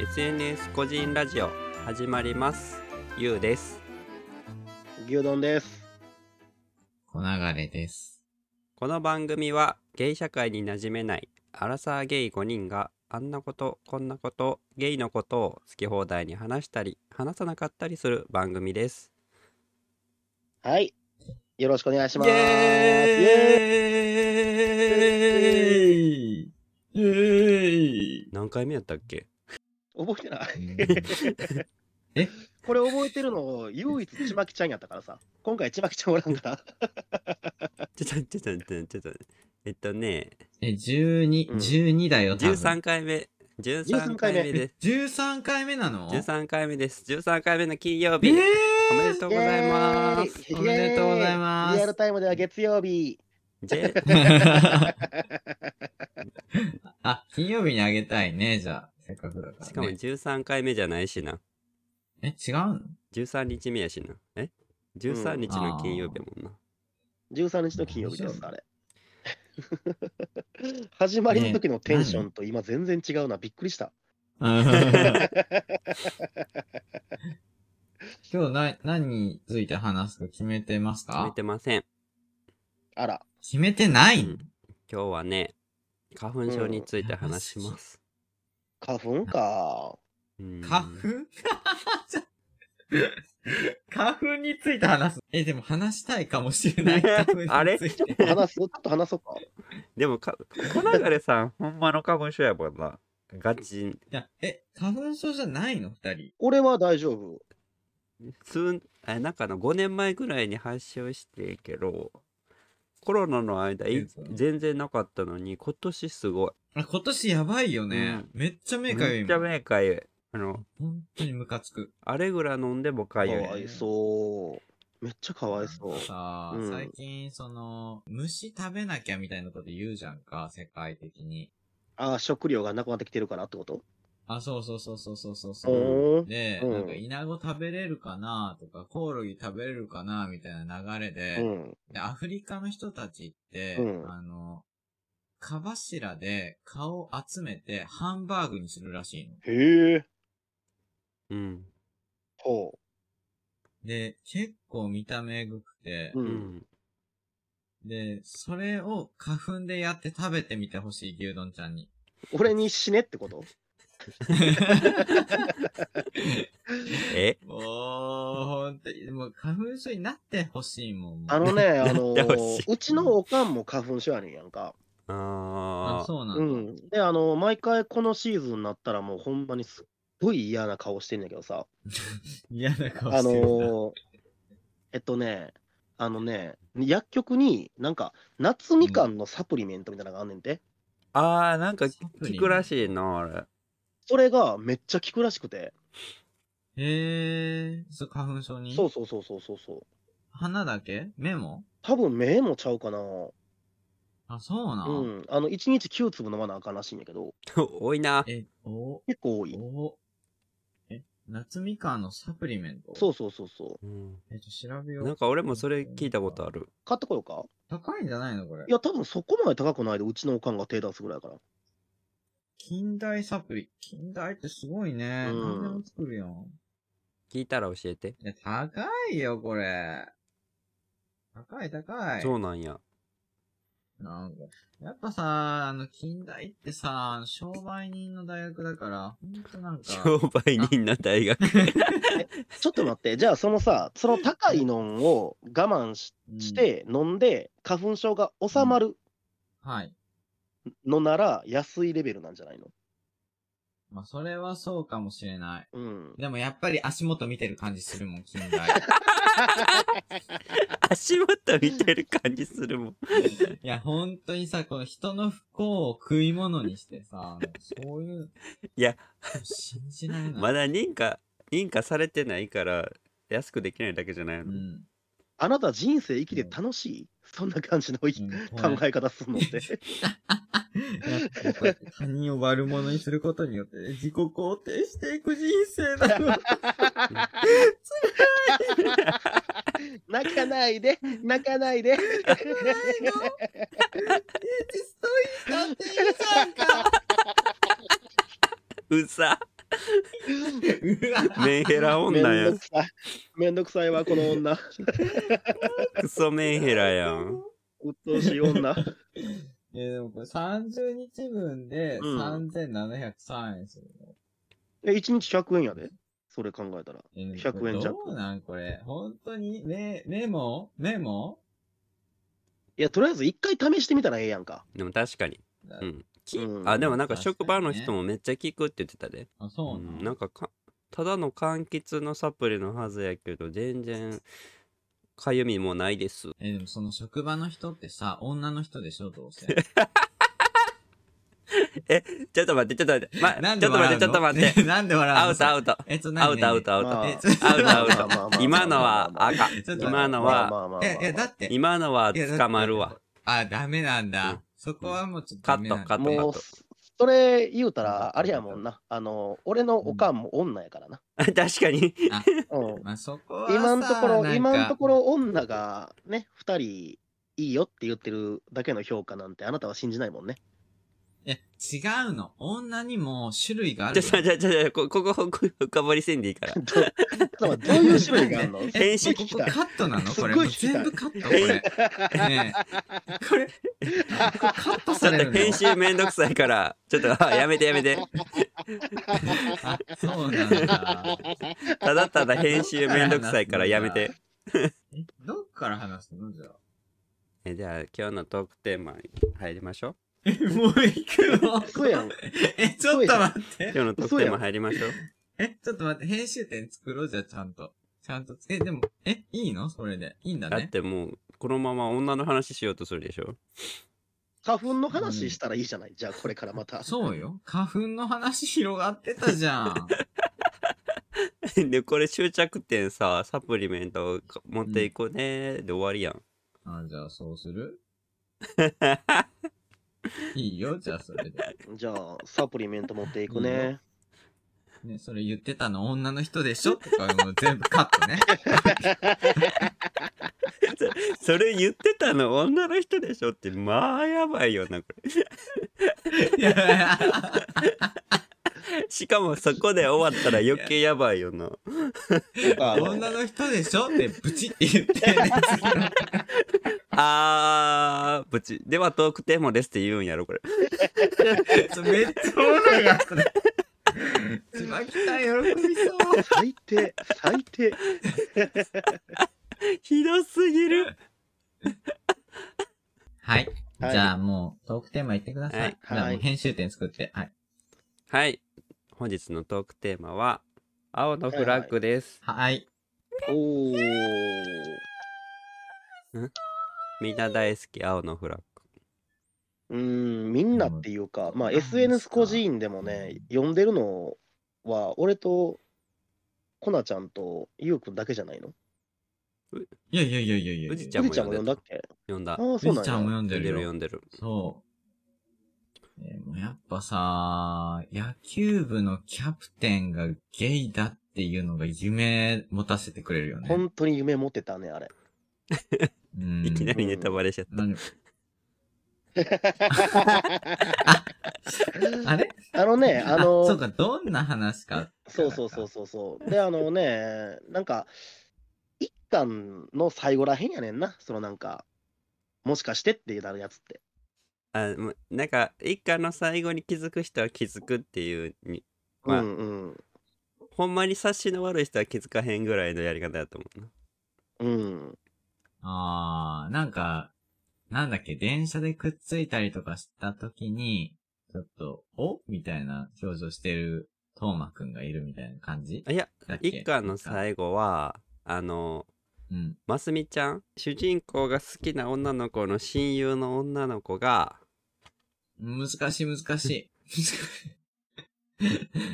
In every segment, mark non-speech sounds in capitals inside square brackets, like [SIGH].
SNS 個人ラジオ始まりますゆうです牛丼です。小流れです。この番組はゲイ社会に馴染めないアラサーゲイ5人があんなことこんなことゲイのことを好き放題に話したり話さなかったりする番組ですはい。よろしくお願いしイます。イエーイーイイエーイ何回目やったっけ覚えてない。えこれ覚えてるの、唯一ちまきちゃんやったからさ。今回ちまきちゃんおらんから。ちょちょちょちょちょちょちょえっとねえ、12、うん12だよ、多分。 13回目13回13回目目です13回目なの13回目です13回目の金曜イ日エーイおめでとうございまイすエーイおめでとうございますリアルタイムでは月曜日。ジェあ、金曜日にあげたいね、じゃあ。せっかくだから、ね。しかも13回目じゃないしな。え、違う [LAUGHS] の13日目やしな。え ?13 日の金曜日やもんな。 13日の金曜日です、あれ。始まりの時のテンションと今全然違うな。びっくりした。今日な、何について話すか決めてます決めかてません。あら。決めてないうん今日はね、花粉症について話します。花粉か。うん花粉花粉について話す。え、でも話したいかもしれない。花粉についてあれちょっと話す、ちょっと話そうか。でもか、小流さん、ほんまの花粉症やもんな。ガチ、いや、え、花粉症じゃないの二人。俺は大丈夫。数、え、なんかの5年前ぐらいに発症してんけど、コロナの間、いそう全然なかったのに、今年すごい。あ今年やばいよね。めっちゃめ目っかゆいちもゃん。目かゆい。あの、本当にムカつく。アレグラ飲んでもかかゆい。わいそう。めっちゃかわいそう。さあ、うん最近、その、虫食べなきゃみたいなこと言うじゃんか、世界的に。ああ、食料がなくなってきてるからってことあ、そうそうそうそうそうそうそう。おーで、うんなんか、イナゴ食べれるかなとか、コオロギ食べれるかなみたいな流れで、うん。で、アフリカの人たちって、うんあの、蚊柱で蚊を集めてハンバーグにするらしいの。へえ。うん。ほで、結構見た目えぐくて、う。う。うんん。で、それを花粉でやって食べてみてほしい、牛丼ちゃんに。俺に死ねってことえもう、ほんとに、もう花粉症になってほしいもん。 [LAUGHS] あのね、あのやってほしいうちのおかんも花粉症やねんやんか。あああ、そうなんだ。うん。で、あの、毎回このシーズンになったらもうほんまにすっごい嫌な顔してんだけどさ。嫌な顔あしてるな。のー、えっとね、あのね、薬局になんか夏みかんのサプリメントみたいなのがあんねんて。あーなんかサプリ聞くらしいなあれ [LAUGHS] それがめっちゃ効くらしくて。へえー、そう、花粉症にそうそうそうそうそうそう。鼻だけ目も多分目もちゃうかな。あ、そうなん。うん。あの、1日9粒飲まなあかんらしいんやけど、多いなえ、お、結構多い。おえ、夏みかんのサプリメント。そううそうそうそう。うんえっと、調べよう。なんか俺もそれ聞いたことある。る買ってこようか高いんじゃないのこれい。や、多分そこまで高くないで、うちのおかんが手出すぐらいやから。近代サプリ。近代ってすごいね。うん何でも作るやん。聞いたら教えていや、高いよ、これ。高い、高い。そうなんやなんか、やっぱさ、あの、近代ってさ、商売人の大学だから、ほんとなんか。商売人な大学ちょっと待って、じゃあそのさ、その高いのんを我慢しうんして飲んで、花粉症が収まるはい。のなら、安いレベルなんじゃないのまあ、それはそうかもしれない。うん。でもやっぱり足元見てる感じするもん、近 [LAUGHS] 代。 [LAUGHS] 足元見てる感じするもんいや、本当にさ、この人の不幸を食い物にしてさ、そういう。いや、信じられない。まだ認可認可されてないから安くできないだけじゃないの、うん。あなた人生生きて楽しいそんな感じのいうん考え方すんのって。やっぱこうやって他人を悪者にすることによって、自己肯定していく人生 [LAUGHS] なの。泣かないで、泣かないで。ストイだっていいじゃんか。うさう [LAUGHS] わメンヘラ [LAUGHS] めん女やどんく。さい。めんどくさいわ、この女。うクソメンヘラやん。っとうしい女。えーでもこれ30日分でうん3703円するの。え、1日100円やで。それ考えたら。えー100これ円弱どうなんこれ。本当にメメモメモいや、とりあえず一回試してみたらええやんか。でも確かに。うん。きうんあ、でもなんか職場の確か人にねもめっちゃ聞くって言ってたで。あ、そうなうんのなんかか、ただの柑橘のサプリのはずやけど、全然、かゆみもないです。えーでもその職場の人ってさ、女の人でしょ、ど [LAUGHS] うせ。ちょっと待って、ちょっと待って。なま、んちでょっと待っ笑て、うのちょっと待って。ね [LAUGHS] なんで笑うのアウトアウト。えっと、何アウトアウトアウまト。あえちょアウトアウまあまあまあまト。あ今のは赤。ちょっと今のはまあまあまあまあえ、え、だって。今のはいやだって捕まるわ。あ、ダメなんだ。うんそこはもうちょっとカダメッなト、んだ。カット、カッもうト。、それ言うたら、あれやもんな。あの、俺のおかんも女やからな。確かに。うん。まあそこはさ今のとこなろ、んか今のところ女がね、2人いいよって言ってるだけの評価なんてあなたは信じないもんね。いや、違うの。女にも種類があちるょ、よ。ちょ、ちょ、ちょ、ここ、ここ、深掘りせんでいいから。どどういう種類があるのえ編集ここカットなのこれ。すごもいう聞きた全い部カットこれ。ねえ。これ、これカットちょさっれるとの編集めんどくさいから、ちょっと、あやめてやめて。あ、そうなんだ。ただただ編集めんどくさいからやめて。えどっから話すのじゃあ。えじゃあ、今日のトークテーマ入りましょう。え、もう行くの嘘やん。 [LAUGHS] え、ちょっと待って。今日のトークテーマ入りましょう。え、ちょっと待って、編集点作ろうじゃあ、ちゃんと。ちゃんとつ、え、でも、え、いいのそれで。いいんだだねっ。てもう、このまま女の話しようとするでしょ。花粉の話したらいいじゃない。じゃあこれからまた。そうよ。花粉の話広がってたじゃん。 [LAUGHS] [LAUGHS] で、これ終着点さ、サプリメント持っていこうねで終わりやん。あ、じゃあ、そうするいいよ、じゃあ、それで。じゃあサプリメント持っていくね。ね、それ言ってたの女の人でしょとか、もう全部カッ [LAUGHS] トね。 [LAUGHS] それ言ってたの女の人でしょって、まあやばいよな、こいやいやれ。しかもそこで終わったら余計やばいよな。とかあの女の人でしょって、ブチって言って、ね、次のあー、ぶち。ではトークテーマですって言うんやろ、これ。 [LAUGHS] ちょ [LAUGHS] めっちゃおもろいやつだ。ちまきさん喜びそう。最低、最低。ひどすぎる。はい。はいじゃあもう、トークテーマ言ってください。はいじゃあはもいう編集点作って。はい。はい。本日のトークテーマは、青のフラッグです。はい。おー。みんな大好き、青のフラッグ。うーん、みんなっていうか、まあなんですか SNS 個人でもね、読んでるのは、俺と、コナちゃんとゆうくんだけじゃないのいやいやいやいやいや。うじちゆゃんうもちゃんも読んで読んだたっけ読んだ。ああ、うそうじなんちゃんや。も読んで読んでるるよ。読んでる。そう。えーもうやっぱさ、野球部のキャプテンがゲイだっていうのが夢持たせてくれるよね。本当に夢持ってたね、あれ。うんいきなりネタバレしちゃった。なんかあれあのね、あの、そうか、どんな話か。そうそうそうそうそう。で、あのね、なんか、一巻の最後らへんやねんな、そのなんか、もしかしてってなるやつって。あもうなんか、一家の最後に気づく人は気づくっていうに、うまあんうん。ほんまに察しの悪い人は気づかへんぐらいのやり方だと思うな。うん。あー、なんか、なんだっけ、電車でくっついたりとかした時に、ちょっと、おみたいな表情してる、トーマくんがいるみたいな感じあいや、だっけ一家の最後は、あの、うん。ますみちゃん、主人公が好きな女の子の親友の女の子が、難しい [LAUGHS] 難しい。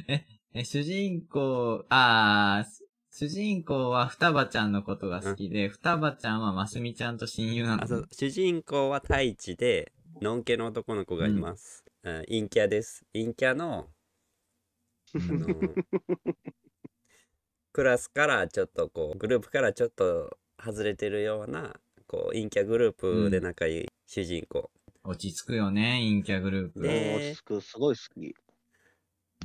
え、え、主人公、あー、主人公は双葉ちゃんのことが好きで、双葉ちゃんはますみちゃんと親友なあそのう。主人公は太一でのんけの男の子がいます、うん陰キャです陰キャの、うあのんクラスからちょっとこうグループからちょっと外れてるようなこう陰キャグループで仲いい主人公、落ち着くよね、陰キャグループ。ね落ち着く、すごい好き。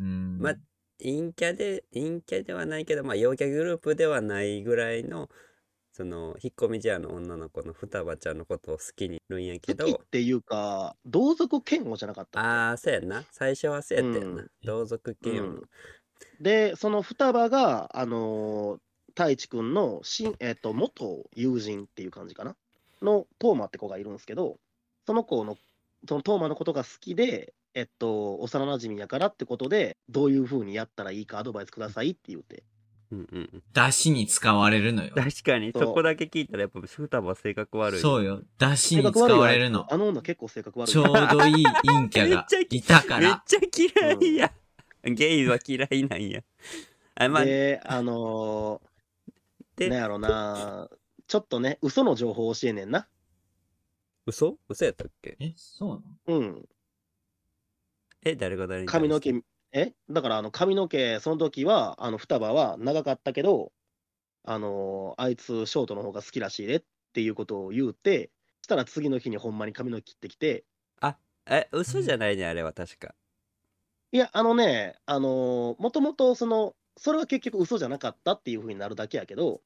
うん。ま陰キャで陰キャではないけど、まあ、陽キャグループではないぐらいのその引っ込み思案の女の子の双葉ちゃんのことを好きにいるんやけ好き [LAUGHS] っどていうか、同族嫌悪じゃなかったっけああそうやんな最初はそうやったやんな、うん同族嫌悪の、うんで、その双葉が、あのー太一くんの新、えっと元友人っていう感じかな、のトーマって子がいるんですけど、その子の、そのトーマのことが好きで、えっと、幼なじみやからってことで、どういうふうにやったらいいかアドバイスくださいって言って、うんうんうん、出汁に使われるのよ。確かにそうそこだけ聞いたらやっぱ双葉性格悪いそうよ。出汁に使われるの。あの女結構性格悪いちょうどいい陰キャがいたかめっら。ちゃ嫌いや、ゲイは嫌いなんやあまあで、あのー、でなんやろな、ちょっとね、嘘の情報を教えねんな。嘘嘘やったっけえ、そうなのうん。え誰が誰に対して髪の毛、えだからあの髪の毛、その時は、あの双葉は長かったけど、あのーあいつ、ショートの方が好きらしいでっていうことを言うて、したら次の日にほんまに髪の毛切ってきて、え嘘じゃないねあれは確かいや、あのね、あのもともと、その、それは結局嘘じゃなかったっていうふうになるだけやけど、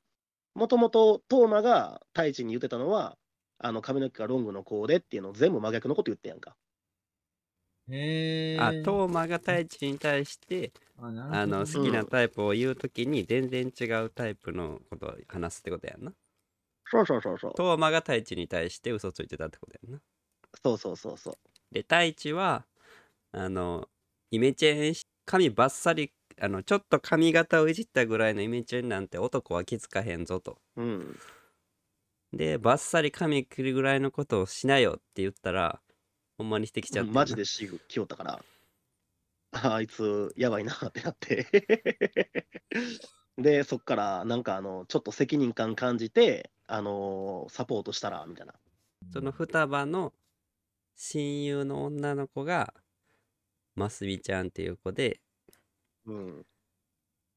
もともと、トーマが太一に言ってたのは、あの髪の毛がロングの子でっていうのを全部真逆のこと言ってんやんか。へーあトーマが太一に対してあなるほどあのそ好うきなタイプを言うときに全然違うタイプのことを話すってことやんな。そうそうそうそう。トーマが太一に対して嘘ついてたってことやんな。そうそうそうそう。で太一はあのイメチェンし髪バッサリあのちょっと髪型をいじったぐらいのイメチェンなんて男は気づかへんぞと。うん。でバッサリ髪切るぐらいのことをしなよって言ったらほんまにしてきちゃったよなマジで死ぬ気をったから、 [LAUGHS] ああいつ、やばいなって [LAUGHS] なって。で、そっから、なんか、あの、ちょっと責任感感じて、あのサポートしたら、みたいな。その双葉の親友の女の子がますみちゃんっていう子でうん。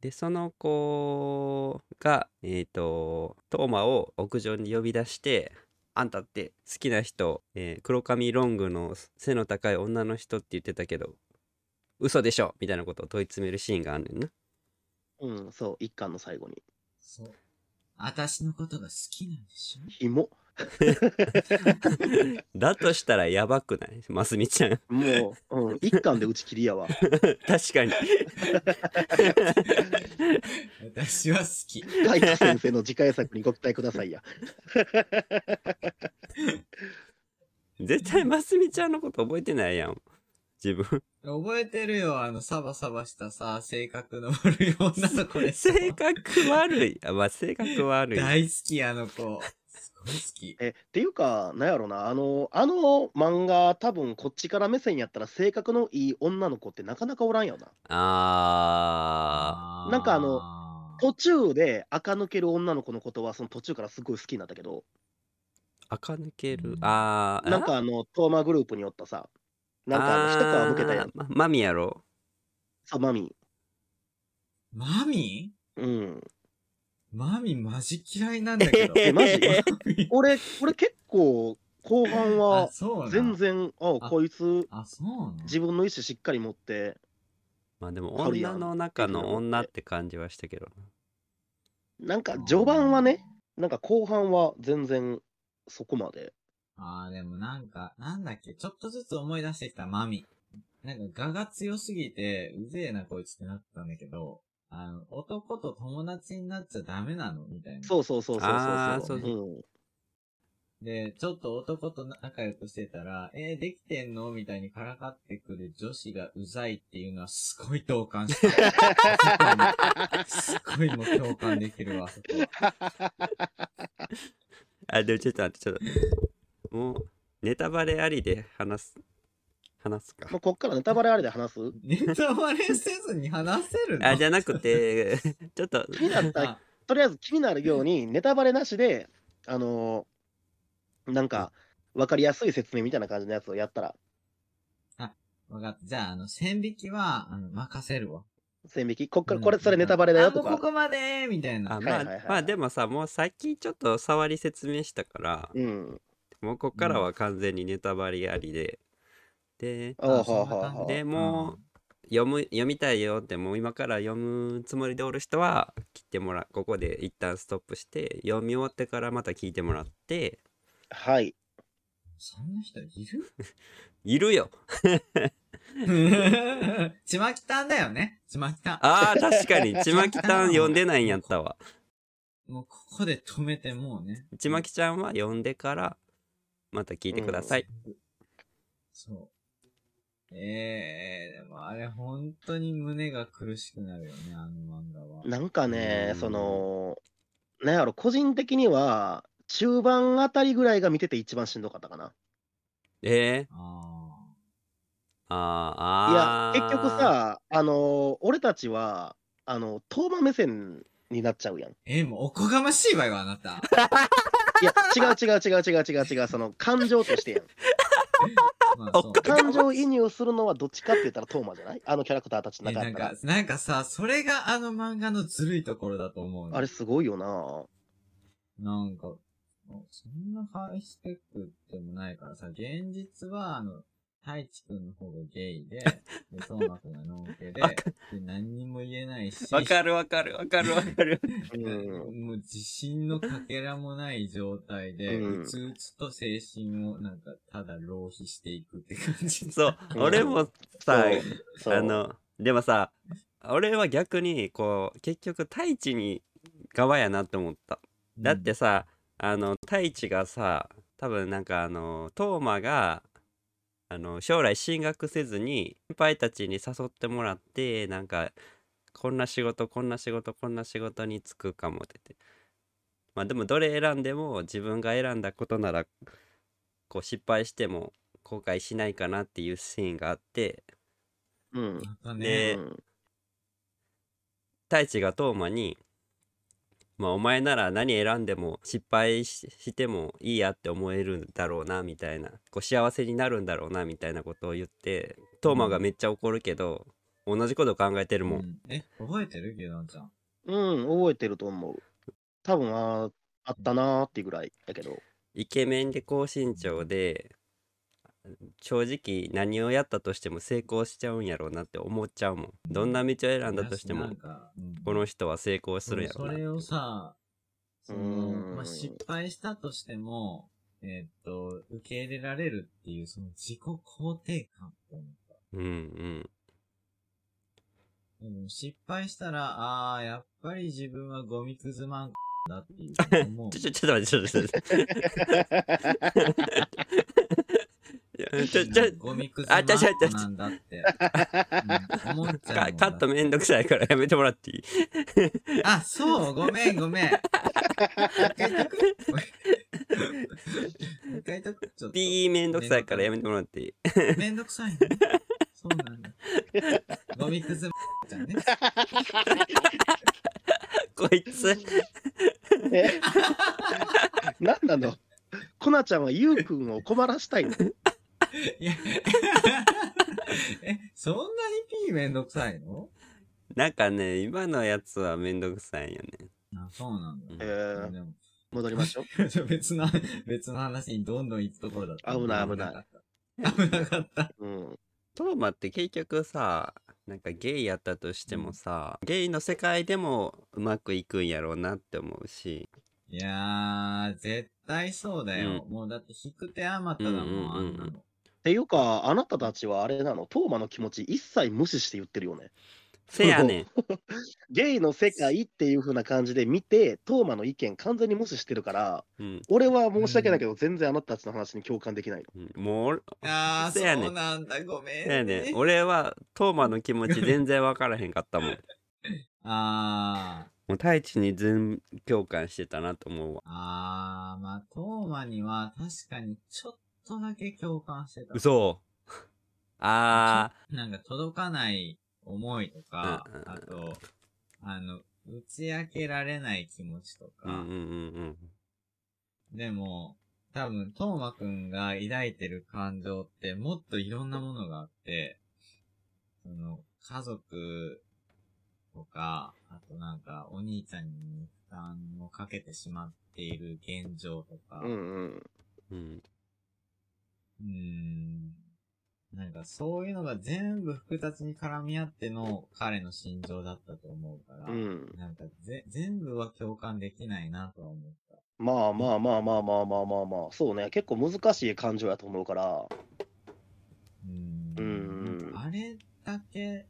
でその子がえっ、とトーマを屋上に呼び出して「あんたって好きな人、えー黒髪ロングの背の高い女の人って言ってたけど嘘でしょ!」みたいなことを問い詰めるシーンがあんねんな。 [LAUGHS] うん、そう、一巻の最後に。そう。私のことが好きなんでしょひも。だとしたらやばくないますみちゃんもう、うん、一巻で打ち切り [LAUGHS] やわ。確かに私は好き。海田先生の次回作にご期待くださいや。絶対ますみちゃんのこと覚えてないやん自分覚えてるよ、あの、サバサバしたさ、性格の悪い女の子でしょ性格悪いあまあ性格悪い大好き、あの子。すごい好き。え、っていうか、なんやろな、あの、あの漫画、多分こっちから目線やったら、性格のいい女の子ってなかなかおらんよな。あーなんかあの、途中で垢抜ける女の子のことはその途中からすごい好きになったけどー垢抜けるうんあーなんかあのトーマグループにおったさなんかあの一皮むけたやあんーまマミやろさマミマミうんマミマジ嫌いなんだけど。 [LAUGHS] えマジマミ俺俺結構後半あは、そうなん全。然ああこいつあ、そうなん自分の意思しっかり持ってまあでもカリアン女の中の女って感じはしたけどなんか序盤はねなんか後半は全然そこまであー、でもなんか、なんだっけ、ちょっとずつ思い出してきたマミ。なんか、我が強すぎて、うぜえなこいつってなったんだけど、あの、男と友達になっちゃダメなのみたいな。そうそうそうそうあーそそううそそうううんで、ちょっと男と仲良くしてたら、えー、できてんのみたいにからかってくる女子がうざいっていうのはすごい同 [LAUGHS] 感した。すごいもう共感できるわ、そこは。あでもちょっと待ってちょっと待ってもうネタバレありで話す話すかまあ、こっからネタバレあれで話すネタバレせずに話せるのあじゃなくてちょっと気になったらあとりあえず気になるように、ネタバレなしで、あのーなんか、わかりやすい説明みたいな感じのやつをやったら、わかった。じゃあ、あの、線引きは、あの、任せるわ。線引き、こっから、うんこれ、それネタバレだあ、よもとうこか。こまでみたいな。あまあ、はいはいはいはいまあでもさもうさっきちょっと触り説明したからうん。もうこっからは完全にネタバレありで、でああ、はあ、そんはなあ、感はじでも読む読みたいよってもう今から読むつもりでおる人は切ってもらうここで一旦ストップして読み終わってからまた聞いてもらってはい。そんな [LAUGHS] 人いるいるよちまきたんだよね。ちまきたん。あー確か [LAUGHS] にちまきたん読んでないんやったわもうここで止めてもうね。ちまきちゃんは読んでからまた聞いてください、そう。ええー、でもあれ本当に胸が苦しくなるよね、あの漫画は。なんかねう、んその、なんやろ、個人的には、中盤あたりぐらいが見てて一番しんどかったかな。えー、あいあやーあ、ー結局さ、あの、俺たちは、あの、遠間目線になっちゃうやん。いーえー、もうおこがましいわよ、あなた。や、違う違う違う違う違う違う、その、感情としてやん。まあ、そう感情移入するのはどっちかって言ったらトーマじゃないあのキャラクターたちえのー中なやっんた。、からなんかさ、それがあの漫画のずるいところだと思うのあれすごいよななんか、そんなハイスペックでもないからさ、現実は、あの、太一くんの方がゲイで、で、相馬くんがノンケで、でわ、何にも言えないし、わかるわかるわかるわか [LAUGHS] るうん。もう自信のかけらもない状態で、うんうつうつと精神をなんかただ浪費していくって感じ。そう俺もさそうそうあのでもさ俺は逆にこう結局太一に側やなって思ったうんだって、さ、あの太一がさ多分なんかあのトーマがあの将来進学せずに先輩たちに誘ってもらってなんかこんな仕事こんな仕事こんな仕事に就くかもって言ってまあでもどれ選んでも自分が選んだことならこう失敗しても後悔しないかなっていうシーンがあってうん。またでね、うん太一がトーマに「まあ、お前なら何選んでも失敗ししてもいいやって思えるんだろうな」みたいな「こう幸せになるんだろうな」みたいなことを言ってトーマがめっちゃ怒るけど同じこと考えてるもん、うんえ、覚えてるゲドンちゃん。うん、覚えてると思う。多分あーあったなーっていうぐらいだけど。イケメンで高身長で正直何をやったとしても成功しちゃうんやろうなって思っちゃうもんどんな道を選んだとしてもなんかうんこの人は成功するんやろそうなそれをさ、そのうーんまあ、失敗したとしても、えーっと、受け入れられるっていう、その自己肯定感っていうのうんうんうん失敗したら、あー、やっぱり自分はゴミくずまんこだっていうふうに [LAUGHS] 思うちょちょちょっと待ってちょっと待っていやちょちょゴミくずまんこなんだって。うん思っちゃうもカんカットめんどくさいからやめてもらっていいあ、そう、ごめん、ごめん。もう一回言っとくもう一回言っとくちょっと。ピーめんどくさいからやめてもらっていい [LAUGHS] めんどくさいのそうなんだ。ゴミくずちゃんね。こいつ [LAUGHS] え何なのコナちゃんはユウくんを困らしたいのいやえ、そんなにピーめんどくさいのなんかね今のやつはめんどくさいよねあ、そうなんうだ。んえあー、でも戻りましょう。別の、別の話にどんどん行くところだった。危ない危ないかった。危なかった。うん。トーマって結局さなんかゲイやったとしてもさ、ゲイの世界でもうまくいくんやろうなって思うしいやー、絶対そうだよ。もうだって引く手あまただもん、あうんうんうんうんんなの。っていうか、あなたたちはあれなの、トーマの気持ち一切無視して言ってるよね。せやねんゲイの世界っていう風な感じで見て、トーマの意見完全に無視してるから、うん、俺は申し訳ないけど、全然あなたたちの話に共感できないの。うんもうあせやー、ねんそうなんだ、ごめん、せやねん俺はトーマの気持ち全然わからへんかったもんあー。もう太一に全共感してたなと思うわあー、まあ、トーマには確かにちょっとだけ共感してた。嘘あーなんか届かない思いとかうんうん、うんあと、あの、打ち明けられない気持ちとうんうんか、うんでも、多分、トーマくんが抱いてる感情ってもっといろんなものがあって、その、家族とか、あとなんか、お兄ちゃんに負担をかけてしまっている現状とか、うんうん。うんうんうーんなんかそういうのが全部複雑に絡み合っての彼の心情だったと思うから、うん。なんかぜ全部は共感できないなとは思った。まあまあまあまあまあまあまあまあ、そうね、結構難しい感情やと思うから、ううーーんん。なんかあれだけ、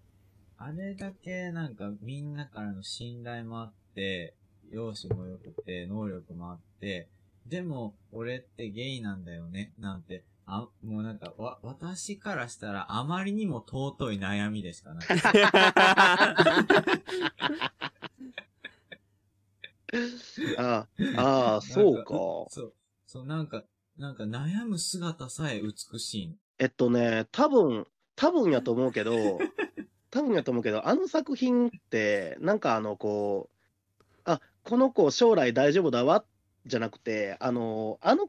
あれだけなんかみんなからの信頼もあって、容姿も良くて、能力もあって、でも俺ってゲイなんだよね、なんて、あ、もうなんか、わ、私からしたらあまりにも尊い悩みでし [LAUGHS] かない。ああ、ああ、そうか。そう。そう、なんか、なんか悩む姿さえ美しいの。えっとね、多分多分やと思うけ [LAUGHS] ど、多分やと思うけど、あの作品って、なんかあの、こう、あこの子、将来大丈夫だわじゃなくて、あの、あの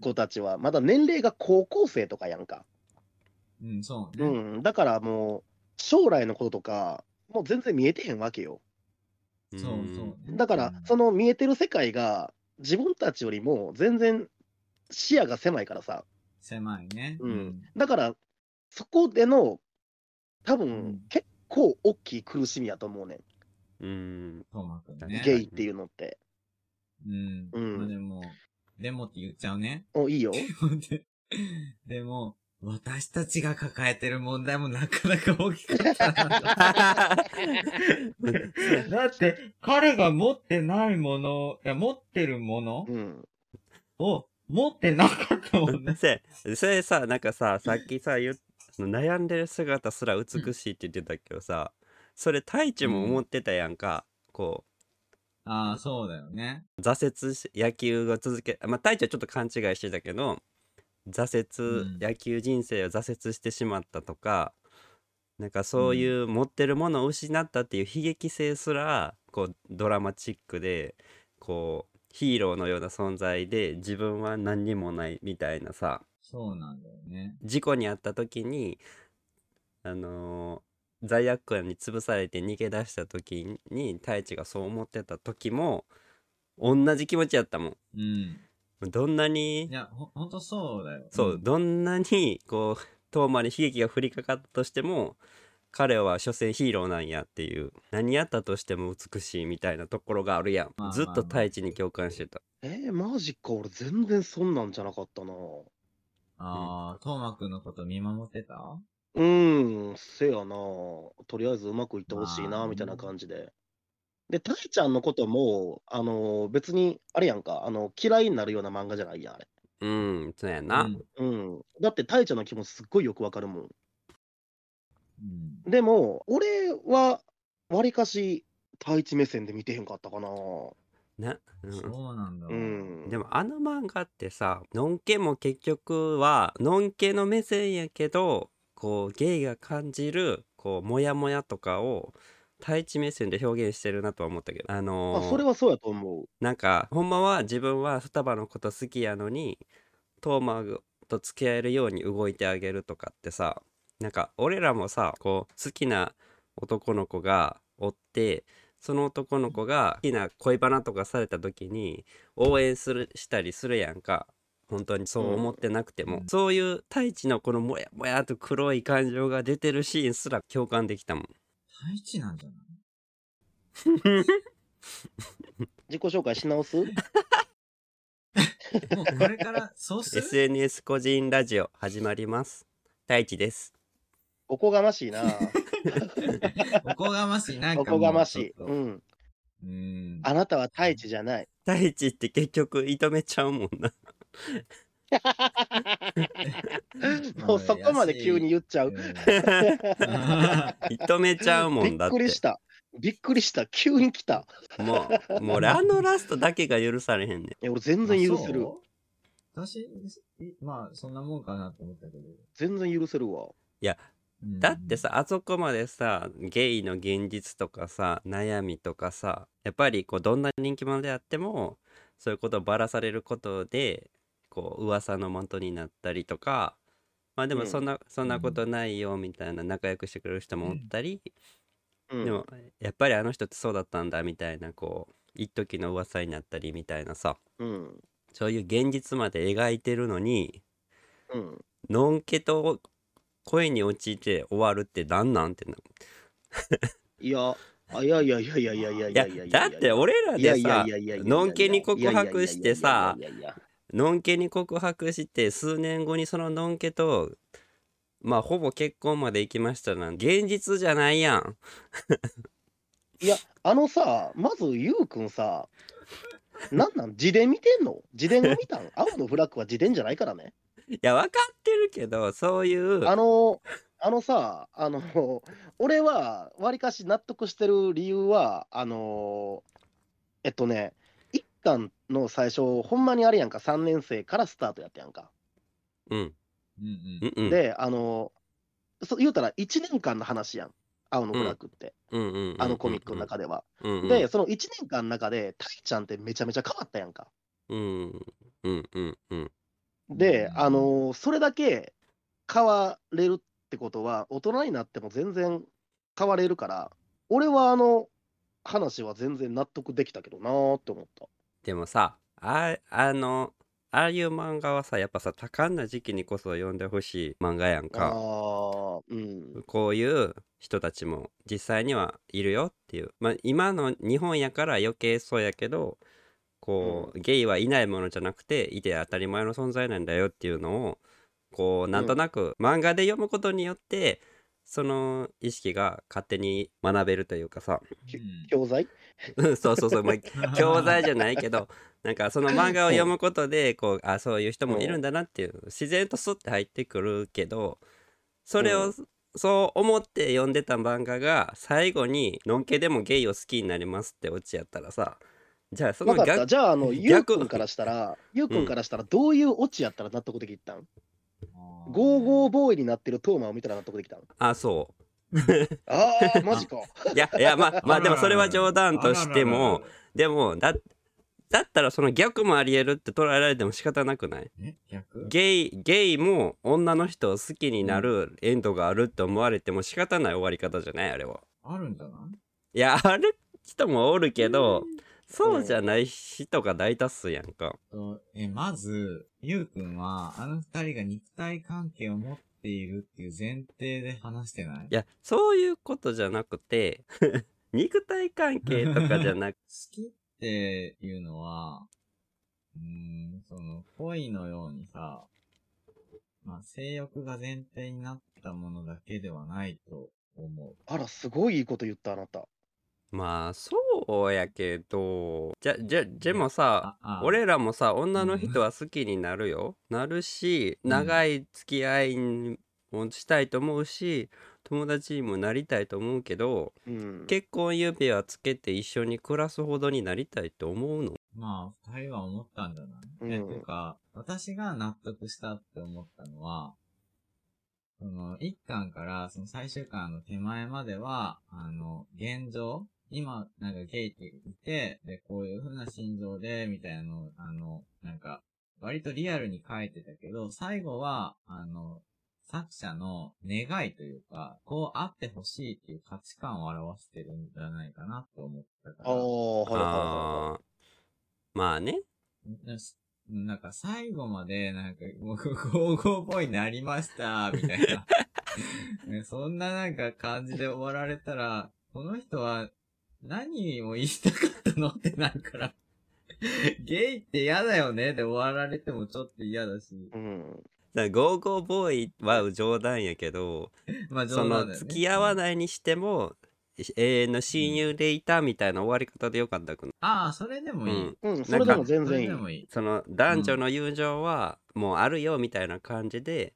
子たちはまだ年齢が高校生とかやんか。うん、そうね。うん、だからもう、将来のこととか、もう全然見えてへんわけよ。そうそう、ね。だから、その見えてる世界が、自分たちよりも全然視野が狭いからさ。狭いね。うんだから、そこでの、多う分ん結構大きい苦しみやと思うねうんうんトマくんん。ね。ゲイっていうのって。うん。うんまあでも、でもって言っちゃうね。お、いい [LAUGHS] よ。ででも、私たちが抱えてる問題もなかなか大きかったなと [LAUGHS] だって、彼が持ってないもの、いや、持ってるものうん。を持ってなかったもんね。せそれさなんかささっきさ言っその悩んでる姿すら美しいって言ってたけどさそれ太一も思ってたやんか、こああ、そうだよね。う挫折し野球が続けまあ太一はちょっと勘違いしてたけど挫折、うん野球人生を挫折してしまったとかなんかそういう持ってるものを失ったっていう悲劇性すらこうドラマチックでこうヒーローのような存在で自分は何にもないみたいなさそうなんだよね。事故に遭った時にあのー罪悪感に潰されて逃げ出した時に太一がそう思ってた時も同じ気持ちやったもうん。んどんないにや、ほ、ほんとそうだよ。そう、んどんなにこう遠間に悲劇が降りかかったとしても彼は所詮ヒーローなんやっていう何やったとしても美しいみたいなところがあるやん、まあまあずっと太一に共感してたえー、マジか。俺全然そんなんじゃなかったな。ああ、トーマくんのこと見守ってたうん、せやな。とりあえずうまくいってほしいまな、あみたいな感じで。で、タイちゃんのことも、あの、別に、あれやんか、あの、嫌いになるような漫画じゃないやん、あれ。うんそうやな、うん。うん。だって、タイちゃんの気持ちすっごいよくわかるもん。うんでも、俺は、わりかし、タイチ目線で見てへんかったかな。な、うん、そうなんだわ。うん。でもあの漫画ってさのんけも結局はのんけの目線やけどこうゲイが感じるこうモヤモヤとかを太一目線で表現してるなとは思ったけどあのあ、ーそれはそうやと思う。なんかほんまは自分は双葉のこと好きやのにトーマと付き合えるように動いてあげるとかってさなんか俺らもさこう好きな男の子がおってその男の子が好きな恋バナとかされた時に応援するしたりするやんか本当にそう思ってなくても、うんそういう太一のこのモヤモヤと黒い感情が出てるシーンすら共感できたもん。太一なんじゃない自己紹介し直すもうこれから、そうする SNS 個人ラジオ始まります。太一ですおこがましいな。 [LAUGHS] おこがましい、なんかおこがましい。もうちょっとうん。うん。あなたはタイチじゃない。第一って結局射止めちゃうもん [LAUGHS] なもうそこまで急に言っちゃう。うん射止めちゃうもびんっだっくりしてた。びっくりした。急に来た。もうもう俺あのラストだけが許されへんねいや俺全然許せる。あ。そう私、いまあ、そんなもんかなと思ったけど。全然許せるわ。うんんだって、さあそこまでさゲイの現実とかさ悩みとかさやっぱりこうどんな人気者であってもそういうことをばらされることでこう噂の元になったりとかまあでうもんそんな、そんなことないよみたいな仲良くしてくれる人もおったり、うん、でもやっぱりあの人ってそうだったんだみたいなこう一時の噂になったりみたいなさうん。そういう現実まで描いてるのにうん。のんけと声に陥って終わるってなんなんってないや、あいやいやいやいやいやいやいいややいやいやだって俺らいやでいやさいやいやいやのんけに告白してさいやいやいやいやいやいやいやのんけに告白して数年後にそののんけとまあほぼ結婚まで行きましたなん現実じゃないやんいや、あのさ、まずゆうくんさ、なんなん自伝見てんの自伝を見 [LAUGHS] たん青のフラッグは自伝じゃないからね。いや分かってるけどそういうあの、あのさ、あの、俺はわりかし納得してる理由は、あの、えっとね、一巻の最初、ほんまにあれやんか、3年生からスタートやったやんか。うんうんうんうんで、あの、そう言うたら1年間の話やん、青のフラッグって、うんうんうんうんあのコミックの中では。うんうんで、その1年間の中で、タイちゃんってめちゃめちゃ変わったやんか。うんうんうんうんで、うんあのーそれだけ変われるってことは、大人になっても全然変われるから、俺はあの話は全然納得できたけどなーって思った。でもさああのああいう漫画はさやっぱさ多感な時期にこそ読んでほしい漫画やんあかあ、うん。こういう人たちも実際にはいるよっていうまあ今の日本やから余計そうやけどこう、ゲイはいないものじゃなくていて当たり前の存在なんだよっていうのをこうなんとなく漫画で読むことによってその意識が勝手に学べるというかさ [LAUGHS] 教材うんそうそうそう、まあ、うん教材じゃないけどなんかその漫画を読むことでこうあそういう人もいるんだなっていう自然とスッて入ってくるけどそれうをそう思って読んでた漫画が最後に「のんけでもゲイを好きになります」ってオチやったらさじゃあその分かった。逆じゃあ、あの、ゆうくん逆からしたら、ゆうくんからしたら、どういうオチやったら納得できたんゴーー。ゴーボーイになってるトーマを見たら納得できたんあそああ、 [LAUGHS] マジか。ういやいや [LAUGHS] まあまあでもそれは冗談としてあららもらら。でもだだったらその逆もありえるって捉えられても仕方なくないえ逆ゲイゲイも女の人を好きになるエンドがあるって思われても仕方ない終わり方じゃないあれは。あるんじゃないいや [LAUGHS] ある人もおるけどそうじゃない人が大多数やんか。とえ、まず、ゆうくんは、あの二人が肉体関係を持っているっていう前提で話してないいやそういうことじゃなくて [LAUGHS] 肉体関係とかじゃなく [LAUGHS] 好きっていうのは、うーん、その、恋のようにさ、まあ、性欲が前提になったものだけではないと思あら、すごいいいこと言った、あなた。まあそうやけどじゃじゃでもう。さあ、あ俺らもさ女の人は好きになるよ、なるしうん長い付き合いもしたいと思うし友達にもなりたいと思うけどうん。結婚指輪つけて一緒に暮らすほどになりたいと思うのまあ、二人は思ったんじゃない、うんえ、というか、私が納得したって思ったのは、その、一巻から、その最終巻の手前までは、あの、現状今、なんかゲイっていて、で、こういう風な心情で、みたいなのを、あの、なんか、割とリアルに書いてたけど、最後は、あの、作者の願いというか、こうあってほしいっていう価値観を表してるんじゃないかなと思ったかあら。あ、はいはいはいはい。あーまあねなすなんか最後まで、なんか、僕、ゴーゴーボーイになりました、みたいな。ねそんななんか感じで終わられたら、この人は何を言いたかったのってなるから。ゲイって嫌だよねで終わられてもちょっと嫌だし。うん。だからゴーゴーボーイは冗談やけど、まあそ冗の談だよね。付き合わい。ないにしても永遠の親友でいたみたいな終わり方でよかったくないああ、それでもいい。うんうん、それでも全それ然いいで。もいい。その男女の友情はもうあるよみたいな感じで、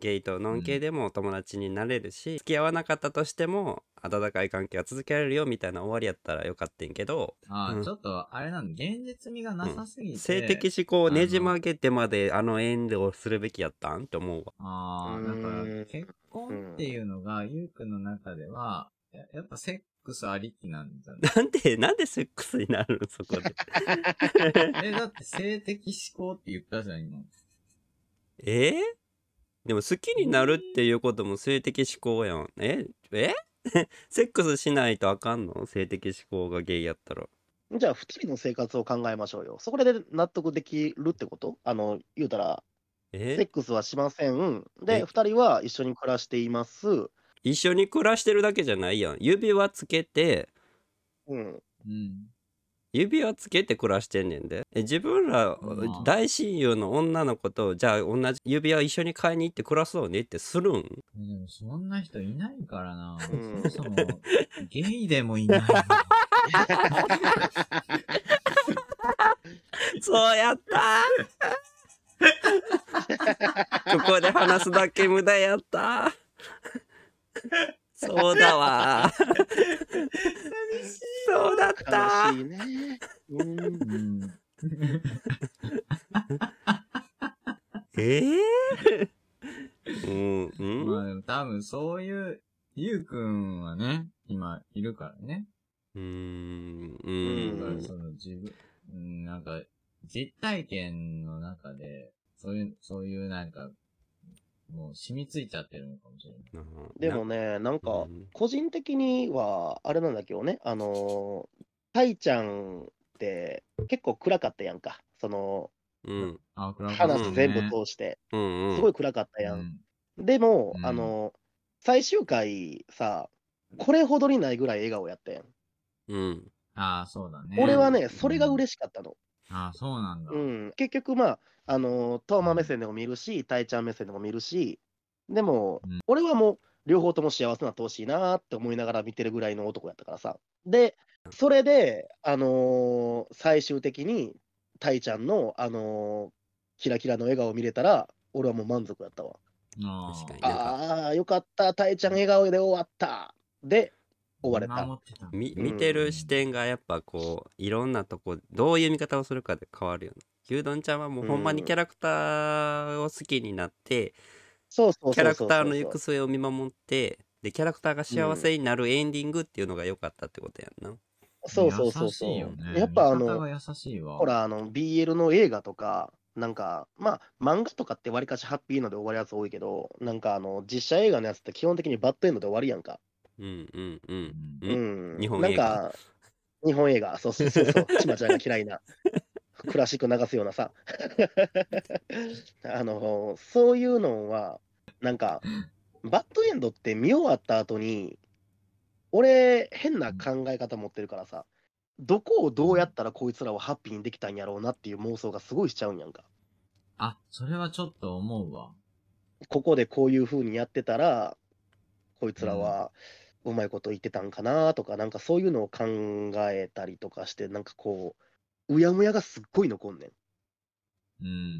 ゲイとノンケイでも友達になれるし、付き合わなかったとしても温かい関係は続けられるよみたいな終わりやったらよかったんけど、ああ、うんちょっと、あれなんだ、現実味がなさすぎて。性的思考をねじ曲げてまであの遠慮をするべきやったんって思うわ。ああ、うだーんから、結婚っていうのが、ゆうくんの中では、ややっぱセックスありきなんじ [LAUGHS] ゃな [LAUGHS] なんでなんでセックスになるのそこでいえ、だって性的思考って言ったじゃん、今。 [LAUGHS] えーでも好きになるっていうことも性的思考やん。ええ [LAUGHS] セックスしないとあかんの性的思考がゲイやったら。じゃあ、二人の生活を考えましょうよ。そこで納得できるってことあの、言うたら、セえックスはしません。えで、2人は一緒に暮らしています。一緒に暮らしてるだけじゃないやん指輪つけてうん、うん。指輪つけて暮らしてんねんでえ自分らまあ大親友の女の子とじゃあ同じ指輪一緒に買いに行って暮らそうねってする [LAUGHS] んでもそんな人いないからな。うんそもそも、ゲイでもいない。そうや [LAUGHS] ったーここで話すだけ無駄や [LAUGHS] ったーそうだわーそうだったー悲しいね。うんう、ん。ええー、うん、まあでも多分そういう、ゆうくんはね、今いるからね。うーん、うだからん、その自分、うん、なんか、実体験の中で、そういう、そういうなんか、もう染みついちゃってるのかもしれない。なでもね、なんなか、個人的には、あれなんだけどね、あのー、たいちゃんって結構暗かったやんか。その、うん、あ、これは話全部う通して、うん、うん、すごい暗かったややん。ん。でも、うんあの、最終回さ、これほどにないぐらい笑顔やったやん。うん、ああ、そうだね。俺はね、それが嬉しかったの。ああ、そうなんだ。うん。結局、まあ、あの、トーマ目線でも見るし、タイちゃん目線でも見るし、でも、うん俺はもう、両方とも幸せになってほしいなーって思いながら見てるぐらいの男やったからさ。で、それで、あのー最終的に、タイちゃんの、あのーキラキラの笑顔を見れたら、俺はもう満足やったわ。ああ確かにああー、よかった、たえちゃん笑顔で終わった。で、終われた見守ってたんだみうん見てる視点がやっぱこういろんなとこどういう見方をするかで変わるよね牛丼ちゃんはもうほんまにうんキャラクターを好きになって、そうそうそうそうそう。キャラクターの行く末を見守ってでキャラクターが幸せになるエンディングっていうのが良かったってことやんなそうそうそうそ優しいよねう。やっぱあ見方がの、優しいわ。ほら、あの、BL の映画とか、なんか、まあ、漫画とかってわりかしハッピーので終わるやつ多いけど、なんかあの、実写映画のやつって基本的にバッドエンドで終わるやんか。うんうんううんん。ううん。日本なん映画か、日本映画、そうそうそう [LAUGHS] そう、ちまちゃんが嫌いな、クラシック流すようなさ、 [LAUGHS] あの、そういうのは、なんか、バッドエンドって見終わった後に、俺、変な考え方持ってるからさ、どこをどうやったらこいつらをハッピーにできたんやろうなっていう妄想がすごいしちゃうんやんか。あ、それはちょっと思うわ。ここでこういう風にやってたら、こいつらはうまいこと言ってたんかなとか、なんかそういうのを考えたりとかして、なんかこう、うやむやがすっごい残んねうん。ん。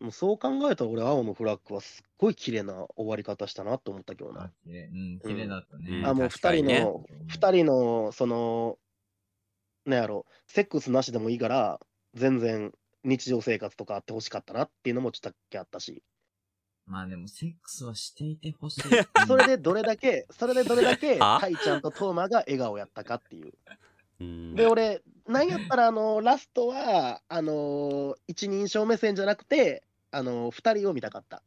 もうそう考えたら俺、青のフラッグはすっごい綺麗な終わり方したなと思ったけどあな。綺麗うん、綺麗だったね。うんあ、もう確か二に人ねの、二人の、その、なんやろ、セックスなしでもいいから、全然日常生活とかあってほしかったなっていうのもちょっとだけあったし。まあでも、セックスはしていて [LAUGHS] ほしい。それでどれ [LAUGHS] だけ、それでどれだけ、あタイちゃんとトーマが笑顔やったかっていう。うんで、俺、なんやったら、あの、ラストは、あの、一人称目線じゃなくて、あの、二人を見たかった。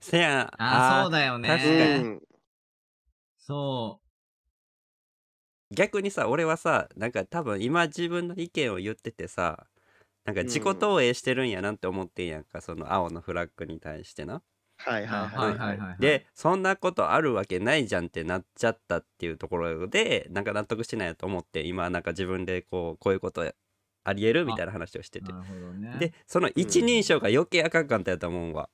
せやああそうだよ確うかね。ん。そ。逆にさ俺はさなんか多分今自分の意見を言っててさなんか自己投影してるんやなって思ってんやんか、その青のフラッグに対してなはいうはいははいい。はいはい。で、そんなことあるわけないじゃんってなっちゃったっていうところでなんか納得してないなと思って今なんか自分でこうこういうことありえるみたいな話をしててなるほどね。で、その一人称が余計あかんかったやと思うわ、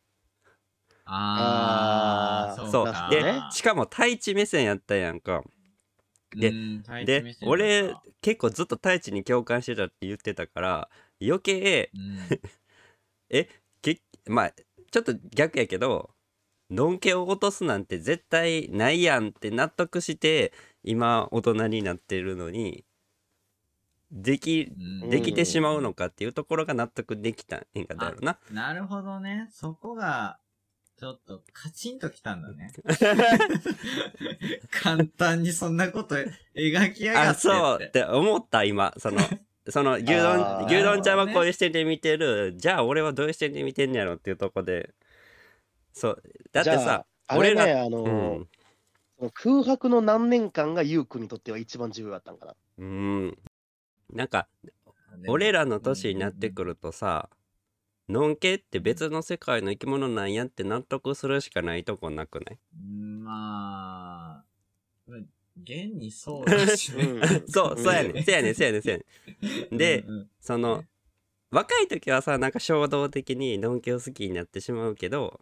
あああ、ーそうそうか。でねしかも太一目線やったやんかでうん、体育目で線だ俺った結構ずっと太一に共感してたって言ってたから余計うんけまあちょっと逆やけどのんけを落とすなんて絶対ないやんって納得して今大人になってるのにできうんできてしまうのかっていうところが納得できたんやだろうな。なるほどね。そこが、ちょっとカチンときたんだ [LAUGHS] ね。簡単にそんなこと描きやがあってって。そうって思った今そ [LAUGHS] のその牛丼あー牛丼ちゃんはこういう視点で見てる、じゃあ俺はどういう視点で見てんやろっていうとこでそうだってじゃさあ、あれ俺ね、あのう、ん、その空白の何年間がユウくんにとっては一番重要だっ [LAUGHS] たんかな。うん、なんかでも俺らの年になってくるとさ、のんけって別の世界の生き物なんやって納得するしかないとこなくないまあ、現にそうだしうね。んそう、そうやねん。そうやねん、そうやねん、そうやね [LAUGHS] ん。で、うんうんその、若い時はさ、なんか衝動的にのんけを好きになってしまうけど、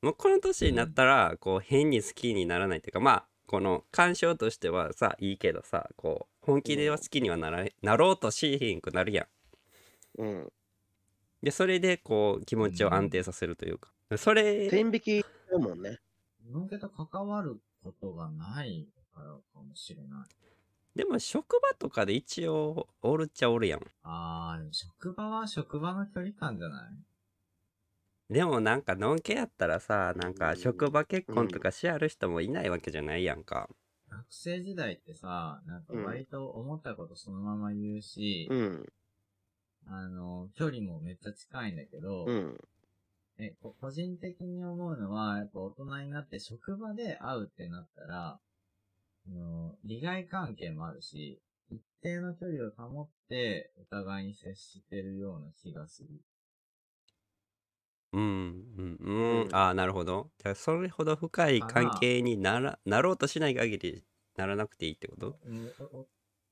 もうこの年になったら、こう、変に好きにならないっていうか、まあ、この鑑賞としてはさ、いいけどさ、こう、本気では好きにはならなろうとしひんくなるやん。うん。で、それで、こう、気持ちを安定させるというか。それ、天引きだもんね。のんけと関わることがないからかもしれない。でも職場とかで一応おるっちゃおるやん。あー、でも職場は職場の距離感じゃないでもなんかのんけやったらさ、なんうかん職場結婚とかしある人もいないわけじゃないやんか。学生時代ってさ、なんか割と思ったことそのまま言うし、うん。あの、距離もめっちゃ近いんだけど、うん。え、こ個人的に思うのは、やっぱ大人になって職場で会うってなったら、あの利害関係もあるし、一定の距離を保ってお互いに接してるような気がする。うん、うん、う。うんんああ、なるほど。じゃあそれほど深い関係にならなろうとしない限りならなくていいって [LAUGHS] ことうん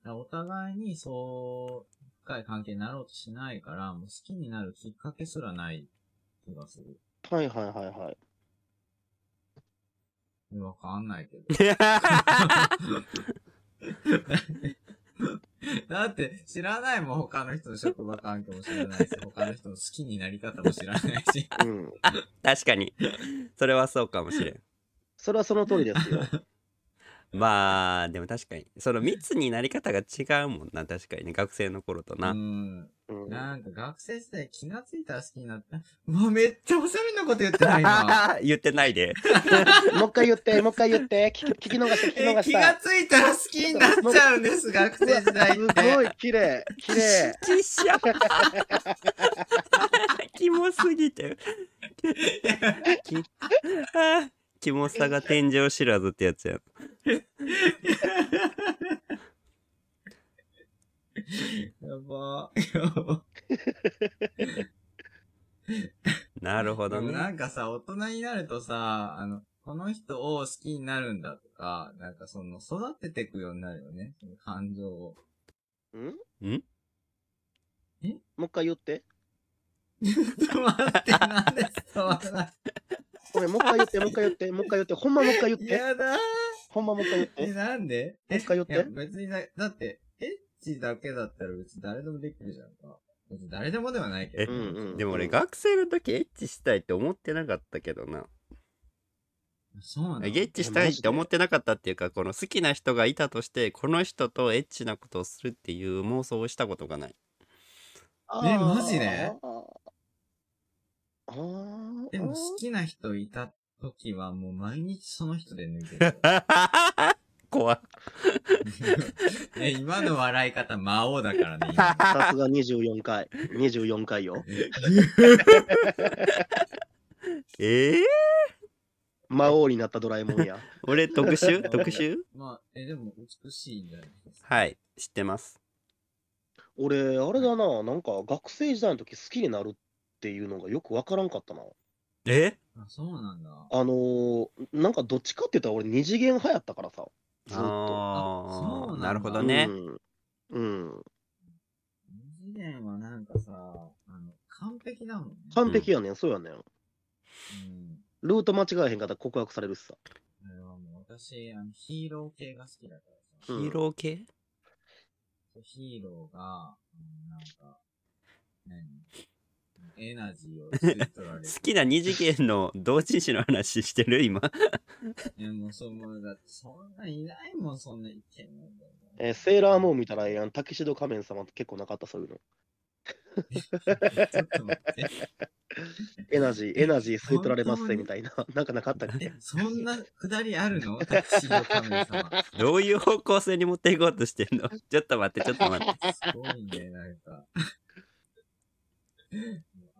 おおお互いにそう、深い関係になろうとしないから、もう好きになるきっかけすらない気がする。はいはいはいはい。わかんないけど。だって、知らないもん、他の人の職場環境も知らないし、他の人の好きになり方も知らないし。うん。確かに。それはそうかもしれん。それはその通りで [LAUGHS] すよ。まあ、でも確かに。その密になり方が違うもんな、確かにね。学生の頃とな。うん。うん。なんか、学生時代気がついたら好きになった。うわ、めっちゃおしゃれなこと言ってない [LAUGHS] 今。言ってないで。もう一回言って、もう一回言って。聞き聞き逃した、聞きえ逃、気しがた。ついたら好きになっちゃうんです、学生 [LAUGHS] 時代っすてご。い綺麗、綺麗。ちっしゃ [LAUGHS] キモすぎてきあーキモさが天井知らずってやつややば。やば。なるほどでもなねんかさ、大人になるとさ、あの、この人を好きになるんだとか、なんかその、育てていくようになるよね、その感情を。うんんもう一回言って。止まって、なんで伝わらない。ごめん、もう一回言って、もう一回言って、もう一回言って。ほんまもう一回言って。やだー。ほんまもう一回言っえ、て。なんでもう一回言っいや、て。別にだ、だって、エッチだけだったら別に誰でもできるじゃんか。別に誰でもではないけど。えうんうんでも俺学生の時エッチしたいって思ってなかったけどなそうなのエッチしたいって思ってなかったっていうかこの好きな人がいたとしてこの人とエッチなことをするっていう妄想をしたことがない [LAUGHS] あーマジであーでも好きな人いた時はもう毎日その人で抜 [LAUGHS] け [LAUGHS] て怖っる。え、今の笑い方魔王だからね。今さすが24回。24回よ。ええ魔王になったドラえも [LAUGHS] んや。俺特集特集まあ、え、でも美しいんじゃないですか。はい知ってます俺、あれだな、なんか学生時代の時好きになるっていうのがよくわからんかったな。えあ、そうなんだ。あのー、なんかどっちかって言ったら俺二次元派やったからさ。ずっと。あそああうなんだなるほどね、うん。うん。二次元はなんかさ、あの、完璧だもんね。完璧やねん、そうやねん。うん。ルート間違えへんかったら告白されるしさ。あれはもう私、あの、ヒーロー系が好きだからさヒうん。ーロー系、ヒーローが、うんなんか、何エナジーを吸い取られる。好きな二次元の同人誌の話してる [LAUGHS] 今いや、もうそう、もうだって、そんないないもん、そんなイケメンだよえーセーラームーン見たらええやん。タキシド仮面様って結構なかった、そういうの。 [LAUGHS] ちょっと待って。エナジー、エナジー吸い取られますぜ、みたいな。 [LAUGHS] なんかなかったっえけ、そんなくだりある [LAUGHS] のタクシーのカメラ様。どういう方向性に持っていこうとしてんの [LAUGHS] ちょっと待ってちょっと待ってすごいね、なんか。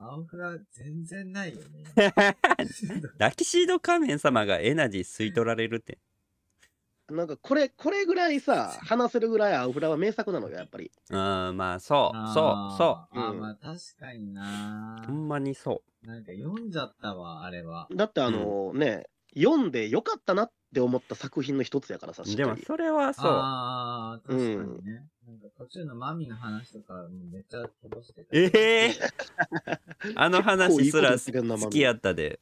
アンフラ全然ないよね。 [LAUGHS] ラキシード仮面様がエナジー吸い取られるってなんかこれ、これぐらいさ、話せるぐらいアウフラは名作なのよ、やっぱり。うん、まあ、そう、そう、そあーあー、うんまあ確かになう。ほんまにそなんか読んじゃったわ、あれは。だってあのね、読んでよかったなって思った作品の一つやからさ、しう。っかでも、り。それはそう。ああ、確かにね。なんか途中のマミの話とかめっちゃ飛ばしてた。え [LAUGHS] えあの話すら結構いいこと言ってくれんなマミ好きやったで。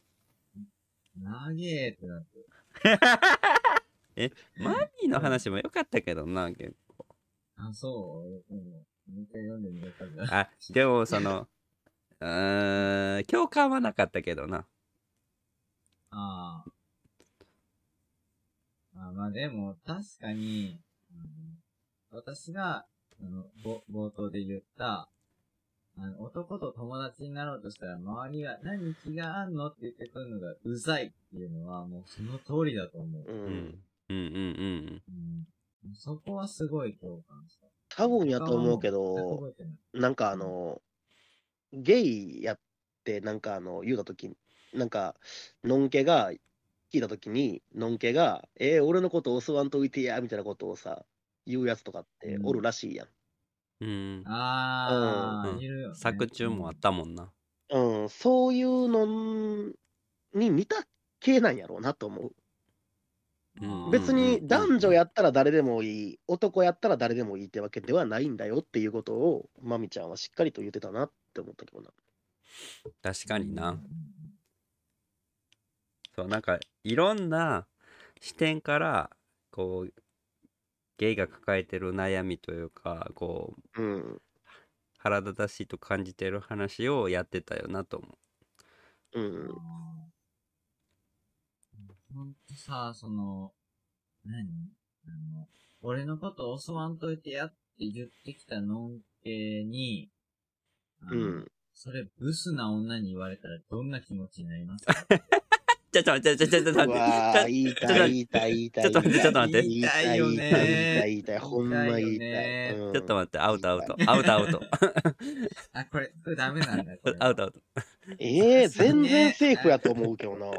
長えってなって。え、マミーの話も良かったけどな、結構あ、そう。うんもう一回読んでみようかな。あ、でも、その、うーん、共感はなかったけどな。あーあ。まあでも、確かに、うん私が、あの、ぼ冒頭で言った、あの、男と友達になろうとしたら、周りが何気があんのって言ってくるのがうざいっていうのは、もうその通りだと思う。ううんん。。うんうんうん。うん、そこはすごい共感した。多分やと思うけ全くど、覚えてないなんかあの、ゲイやって、なんかあの、言うたとき、なんか、のんけが、聞いたときに、のんけが、えー、俺のこと襲わんといてや、みたいなことをさ、言うやつとかっておるらしいやん。うん。あー、うんいるよ、ね。作中もあったもんな。うん、そういうのに似た系なんやろうなと思うんう。う別んうんうにん男女やったら誰でもいい、男やったら誰でもいいってわけではないんだよっていうことを、まみちゃんはしっかりと言ってたなって思ったけどな。確かにう。なんそう、なんか、いろんな視点から、こう、ゲイが抱えてる悩みというか、こう、うん、腹立たしいと感じてる話をやってたよなと思うあーん、ほんとさ、その、何あの、俺のことを襲わんといてやって言ってきたのんけに、あうのん。それ、ブスな女に言われたらどんな気持ちになりますかう。ちょ、ちょ、ちょ、ちょ、ちょ、ちょ、ちょ、うちわょー、言いちょちたょい、言いたい、言いたい。ちょっと待ってちょっと待って言いたい、痛いよね言いたい、言いたい、ほんま言い痛いたい。ようんちょっと待って、アウトアウト、アウトアウト、あ、これ、これダメなん [LAUGHS] だ。これアウトアウト。えー、全然セーフやと思うけ [LAUGHS] どな。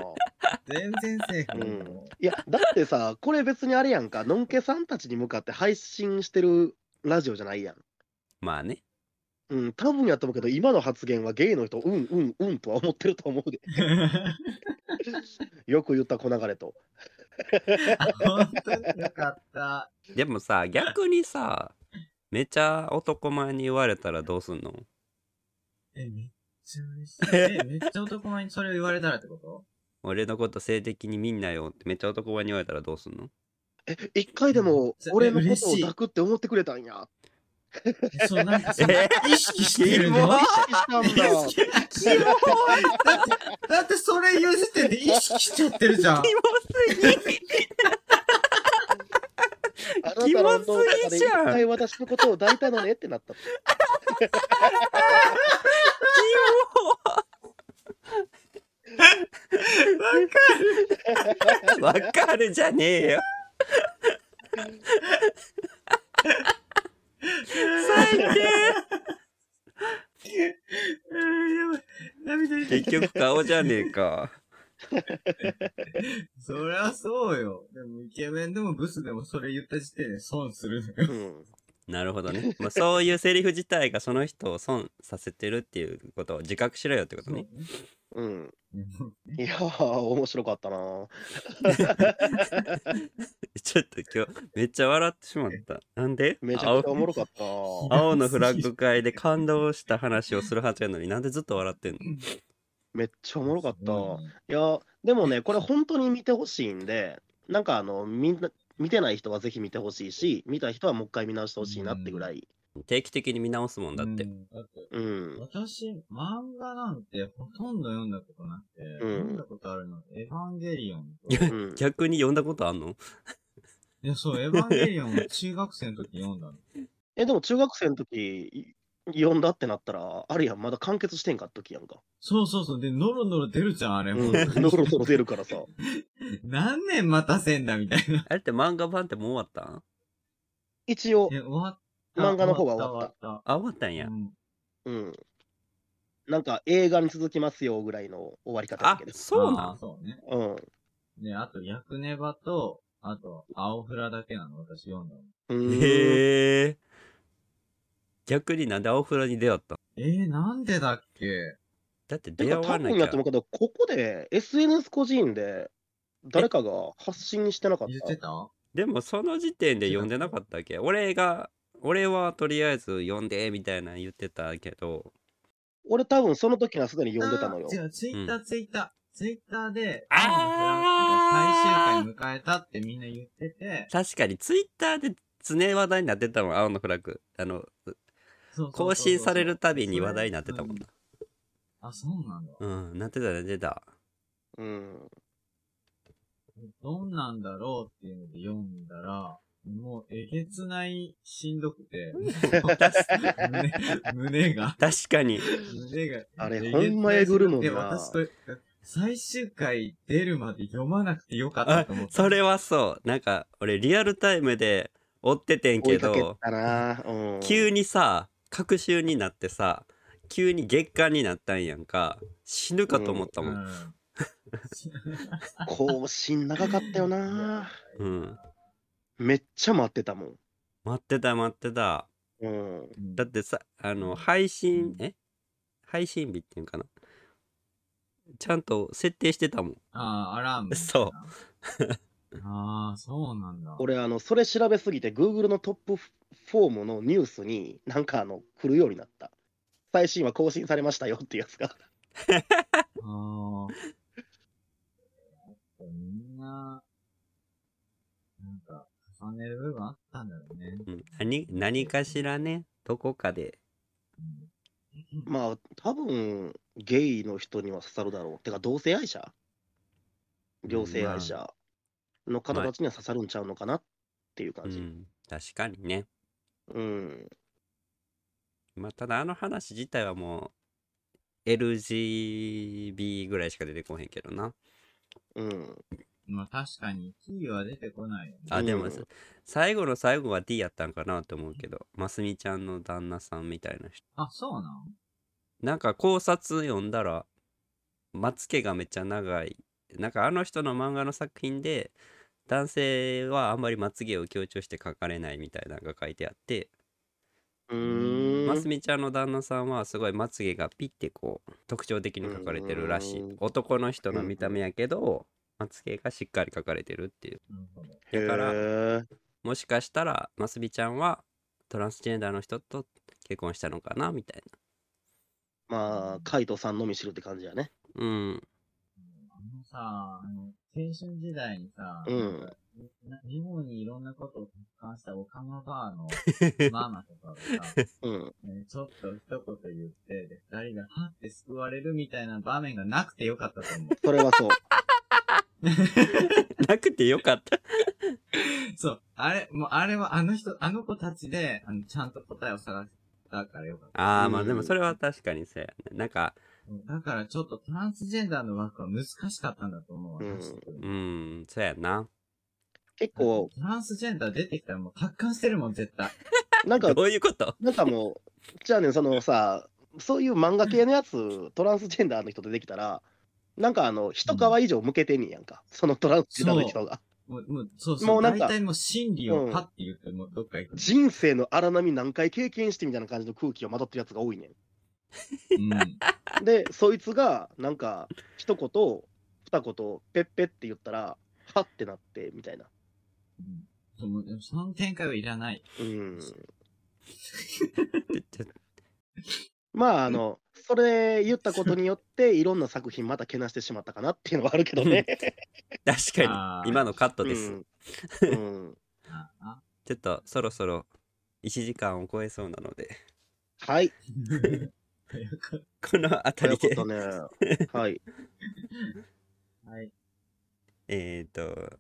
全然セーフ。うんいや、だってさ、これ別にあれやんか、のんけさんたちに向かって配信してるラジオじゃないやん。まあね。うん、多分やと思うけど、今の発言はゲイの人、うんうんうんとは思ってると思うで。よく言った小流れと。本当によかった。でもさ、逆にさ、めちゃ男前に言われたらどうすんのえ、めっちゃ嬉しい。え、めっちゃ男前にそれを言われたらってこと俺のこと性的に見んなよってめっちゃ男前に言われたらどうすんのえ、一回でもうん俺のことを嬉しい抱くって思ってくれたんや。えそう、なんかその、え意識してるキのモだ意識したんだ。って、だってそれ言う時点で意識しちゃってるじゃん。あなたの運動の中で一回私のことを抱いたのねってなった。わかるじゃねえよ。最うんやばい涙出て低結局顔じゃねえか。そりゃそうよ。でも、イケメンでもブスでもそれ言った時点で損するのよ。うん。なるほどね。まあ、そういうセリフ自体がその人を損させてるっていうことを自覚しろよってことね。うん。そういやー、面白かったなー。ちょっと今日めっちゃ笑ってしまった。なんでめちゃくちゃお青もろかったなー。青のフラッグ会で感動した話をするはずやのになんでずっと笑ってんのめっちゃおもろかった。うんいや、でもね、これ本当に見てほしいんで、なんかあの、みんな、見てない人はぜひ見てほしいし、見た人はもう一回見直してほしいなってぐらい。定期的に見直すもんだって。うんだってうん。私、漫画なんてほとんど読んだことなくて、うん読んだことあるの、エヴァンゲリオンと。ういん逆に読んだことあんのや、そう、エヴァンゲリオンを中学生の時に読んだの。え、でも中学生の時、い読んだってなったら、あるやん、まだ完結してんかった時やんか。そうそうそう、で、ノロノロ出るじゃん、あれうも。ん。ノロノロ出るからさ。 [LAUGHS] 何年待たせんだ、みたいな。あれって漫画版ってもう終わったん一応い、や、終わった。漫画の方は終わっ終わっあ、終わったんた。や。うんうん。なんか映画に続きますよぐらいの終わり方だあけ、ど。そうなあーんそうね。うん。で、あと、ヤクネバと、あと、青フラだけなの私読んだの。うーん。へえ。逆になんで青フラに出会ったのえー、なんでだっけだって出て会か、多わな分きやゃと。思うけど、ここで SNS 個人で誰かが発信してなかっ言ったて。たでもその時点で読んでなかったっけ俺が、俺はとりあえず読んでみたいなの言ってたけど。俺多分その時はすでに読んでたのよあ。ー違う、ツイッター、ツイッター。ツイッターで、あー青のフラッグが最終回迎えたってみんな言ってて、確かにツイッターで常話題になってたもん、青のフラッグ。あの、そうそうそうそう更新されるたびに話題になってたもんな。あ、そうなんだ。うん、なってた、なってた。うん。どんなんだろうっていうので読んだら、もうえげつないしんど [LAUGHS] くて、 [LAUGHS] 胸胸が、確かに。胸が。あれげつないほんまえぐるもんなで、私これ、最終回出るまで読まなくてよかったあと思っ、て。それはそう。なんか、俺リアルタイムで追っててん追けいかけど、たな。う [LAUGHS] ん。急にさ、隔週になってさ、急に月間になったんやんか。死ぬかと思ったうもん。ん。更新長かったよな。うん。めっちゃ待ってたもん。待ってた待ってた。うん。だってさ、あの、配信、うんえ配信日っていうんかな。ちゃんと設定してたもん。ああ、アラーム。。そうああ、そうなんだ。俺、あの、それ調べすぎて、Google のトップフォームのニュースに、なんかあの、来るようになった。最新話更新されましたよっていうやつが。ああ。みんな、なんか、重ねる部分あったんだろうね。うん、何何かしらね、どこかで。まあ、多分ゲイの人には刺さるだろう。てか、同性愛者両性愛者の方たちには刺さるんちゃうのかなっていうう感じ。ん、確かにね。うん。まあ、ただあの話自体はもう、LGB ぐらいしか出てこへんけどな。うん。まあ確かに、キーは出てこないよね。あ、でも、うん最後の最後は D やったんかなと思うけど、ますみちゃんの旦那さんみたいな人あ、そうなんなんか考察読んだら、まつ毛がめっちゃ長い。なんかあの人の漫画の作品で、男性はあんまりまつ毛を強調して書かれないみたいなのが書いてあって、うーん。ますみちゃんの旦那さんはすごいまつ毛がピッてこう特徴的に書かれてるらしいうん。男の人の見た目やけど、まつ毛がしっかり書かれてるっていう。なるほど。へだからーもしかしたらますみちゃんはトランスジェンダーの人と結婚したのかなみたいまあ、カイトさんのみ知るって感じやね。な。うん。あのさ、あの、青春時代にさ、うんなんかな日本にいろんなことを実感したオカマバーの [LAUGHS] ママとかがさ、うん。ねちょっと一言言って、で、二人がはって救われるみたいな場面がなくてよかったと [LAUGHS] 思う。それ [LAUGHS] はそう。なくてよかった。そう。あれ、もうあれはあの人、あの子たちで、あの、ちゃんと答えを探したからよかっ [LAUGHS] た。ああ、まうあんでもそれは確かにそうやね。なんか、だからちょっとトランスジェンダーの枠は難しかったんだと思う。うん私うん、そうやな。結構、トランスジェンダー出てきたらもう達観してるもん、絶対。なん [LAUGHS] かど、ういうことなんかもう、じゃあね、そのさ、そういう漫画系のやつ、トランスジェンダーの人出てきたら、なんかあの、一皮以上向けてんねやんか。そのトランスジェンダーの人が。もう、もう、そうそう。もうなんか大体もう真理をパッて言って、もうどっか行く。人生の荒波何回経験してみたいな感じの空気をまとってるやつが多いねうん。 [LAUGHS] ん。で、そいつが、なんか、一言、二言、ペッペって言ったら、はってなって、みたいな。うんそうもうでもその展開はいらない。うん。ちょちょまあ、あの、それ言ったことによって、いろんな作品またけなしてしまったかなっていうのはあるけどね。確かあーに、今のカットうです。ん。うんあ [LAUGHS] あちょっとそろそろ1時間を超えそうなので、はい。このあとたりいうこでと、ね。はい。はい。 [LAUGHS] えっと、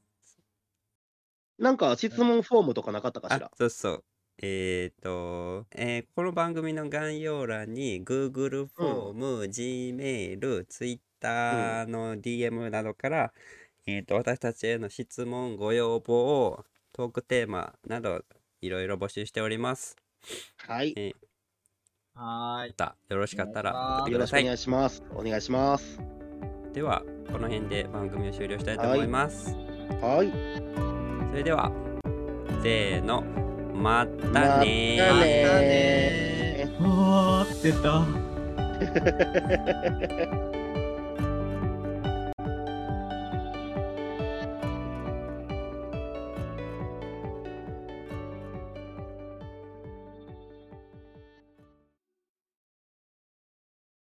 なんか、質問フォームとかなかったかしあら。そうそうえっ、と、えーこの番組の概要欄に Google フォーム、Gmail、Twitter の DM などから、えー、と私たちへの質問ご要望トークテーマなどいろいろ募集しておりますはい。はーいま。たよろしかったら送ってよくろだしさくおい願いします。お願いします。ではこの辺で番組を終了したいと思います、はい。それではせーのままたたねまたねー。あーってた。